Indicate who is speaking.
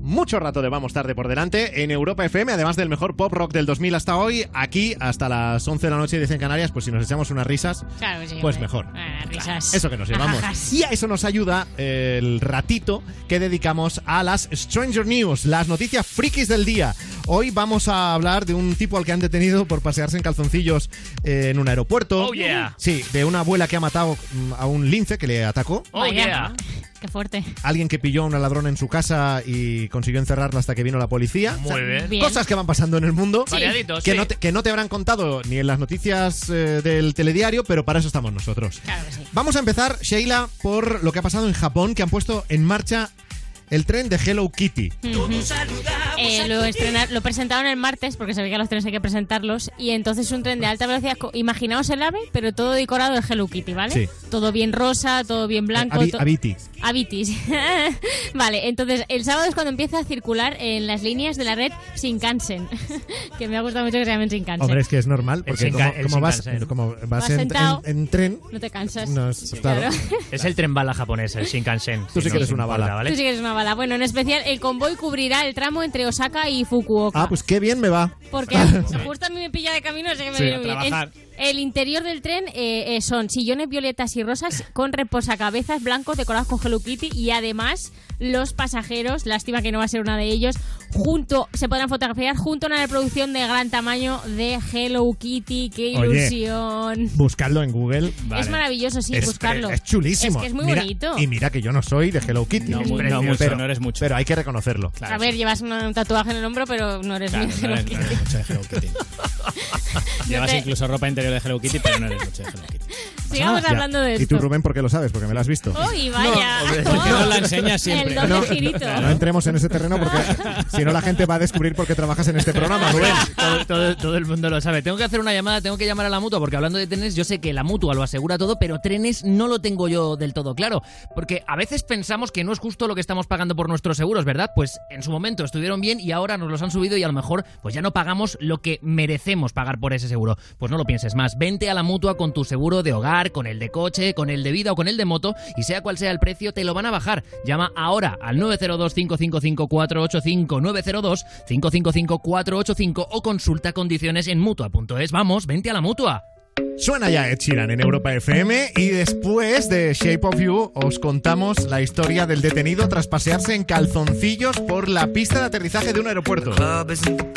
Speaker 1: mucho rato de Vamos Tarde por delante en Europa FM, además del mejor pop rock del 2000 hasta hoy, aquí hasta las 11 de la noche, dicen Canarias, pues si nos echamos unas risas,
Speaker 2: Claro que sí,
Speaker 1: pues
Speaker 2: hombre.
Speaker 1: mejor.
Speaker 2: Ah, risas.
Speaker 1: Eso que nos llevamos.
Speaker 2: Ajajas.
Speaker 1: Y a eso nos ayuda el ratito que dedicamos a las Stranger News, las noticias frikis del día. Hoy vamos a hablar de un tipo al que han detenido por pasearse en calzoncillos eh, en un aeropuerto.
Speaker 3: Oh, yeah.
Speaker 1: Sí, de una abuela que ha matado mm, a un lince que le atacó.
Speaker 3: Oh,
Speaker 2: Vaya,
Speaker 3: yeah.
Speaker 2: Qué fuerte.
Speaker 1: Alguien que pilló a una ladrona en su casa y consiguió encerrarla hasta que vino la policía. O sea,
Speaker 3: Muy bien.
Speaker 2: Bien.
Speaker 1: Cosas que van pasando en el mundo.
Speaker 3: Variadito,
Speaker 1: Que,
Speaker 3: sí.
Speaker 1: no te, que no te habrán contado ni en las noticias eh, del telediario, pero para eso estamos nosotros.
Speaker 2: Claro que sí.
Speaker 1: Vamos a empezar, Sheila, por lo que ha pasado en Japón, que han puesto en marcha el tren de Hello Kitty.
Speaker 3: Ah, pues
Speaker 2: Eh, lo, estrenar- lo presentaron el martes porque sabía que los trenes hay que presentarlos y entonces un tren de alta velocidad, co- imaginaos el ave, pero todo decorado de Hello Kitty, ¿vale?
Speaker 1: Sí. Eh,
Speaker 2: Todo bien rosa, todo bien blanco.
Speaker 1: Abi-
Speaker 2: to-
Speaker 1: Abiti.
Speaker 2: Habitis. vale, entonces el sábado es cuando empieza a circular en las líneas de la red Shinkansen, que me ha gustado mucho que se llamen Shinkansen.
Speaker 1: Hombre, es que es normal,
Speaker 3: El
Speaker 1: porque
Speaker 3: Shinkan-
Speaker 1: como,
Speaker 3: el
Speaker 1: como vas,
Speaker 3: Shinkansen.
Speaker 1: como vas
Speaker 2: Vas
Speaker 1: en,
Speaker 2: sentado.
Speaker 1: en- en tren,
Speaker 2: No te cansas.
Speaker 1: no es- claro.
Speaker 2: Claro.
Speaker 3: Es el tren bala japonés, el Shinkansen.
Speaker 1: Tú sí que
Speaker 3: no
Speaker 1: eres
Speaker 3: se
Speaker 1: una
Speaker 3: importa,
Speaker 1: bala.
Speaker 3: ¿vale?
Speaker 2: Tú sí que eres una bala. Bueno, en especial el convoy cubrirá el tramo entre Osaka y Fukuoka.
Speaker 1: Ah, pues qué bien me va.
Speaker 2: Porque justo a mí me pilla de camino, así que me
Speaker 3: Sí,
Speaker 2: viene
Speaker 3: a
Speaker 2: muy bien.
Speaker 3: trabajar.
Speaker 2: Es- el interior del tren eh, eh, son sillones violetas y rosas con reposacabezas blancos decorados con Hello Kitty y además los pasajeros, lástima que no va a ser una de ellos, junto se podrán fotografiar junto a una reproducción de gran tamaño de Hello Kitty. ¡Qué
Speaker 1: Oye.
Speaker 2: ilusión!
Speaker 1: Buscadlo en Google.
Speaker 2: Es maravilloso, sí,
Speaker 1: Es-
Speaker 2: buscarlo.
Speaker 1: Es chulísimo.
Speaker 2: Es que es muy
Speaker 1: Mira-
Speaker 2: bonito.
Speaker 1: Y mira que yo no soy de Hello Kitty.
Speaker 4: No, mu-
Speaker 1: pero,
Speaker 4: no mucho,
Speaker 1: pero-
Speaker 4: no eres mucho.
Speaker 1: Pero hay que reconocerlo.
Speaker 4: Claro,
Speaker 2: a ver, llevas un, un tatuaje en el hombro, pero no eres
Speaker 4: Claro,
Speaker 2: mío.
Speaker 4: no eres, no eres mucho de Hello Kitty. Llevas
Speaker 2: te-
Speaker 4: incluso ropa interior de Hello Kitty, pero no eres mucho de Hello Kitty. Pues
Speaker 2: Sigamos
Speaker 1: Ya.
Speaker 2: hablando de esto.
Speaker 1: ¿Y tú, Rubén, por qué lo sabes? Porque me lo has visto.
Speaker 2: ¡Uy, vaya!
Speaker 4: Porque no la enseñas siempre.
Speaker 2: El doble
Speaker 1: No,
Speaker 2: girito.
Speaker 1: No entremos en ese terreno porque si no la gente va a descubrir por qué trabajas en este programa, Rubén.
Speaker 5: todo, todo- todo el mundo lo sabe. Tengo que hacer una llamada, tengo que llamar a la mutua, porque hablando de trenes, yo sé que la mutua lo asegura todo, pero trenes no lo tengo yo del todo claro. Porque a veces pensamos que no es justo lo que estamos pagando por nuestros seguros, ¿verdad? Pues en su momento estuvieron bien y ahora nos los han subido y a lo mejor pues ya no pagamos lo que merecemos pagar por ese seguro. Pues no lo pienses más. Vente a la mutua con tu seguro de hogar, con el de coche, con el de vida o con el de moto y sea cual sea el precio, te lo van a bajar. Llama ahora al 902-555-485, 902-555-485 o consulta condiciones en mutua.es. Vamos, vente a la mutua.
Speaker 1: Suena ya Ed Sheeran en Europa FM y después de Shape of You os contamos la historia del detenido tras pasearse en calzoncillos por la pista de aterrizaje de un aeropuerto.
Speaker 6: club isn't the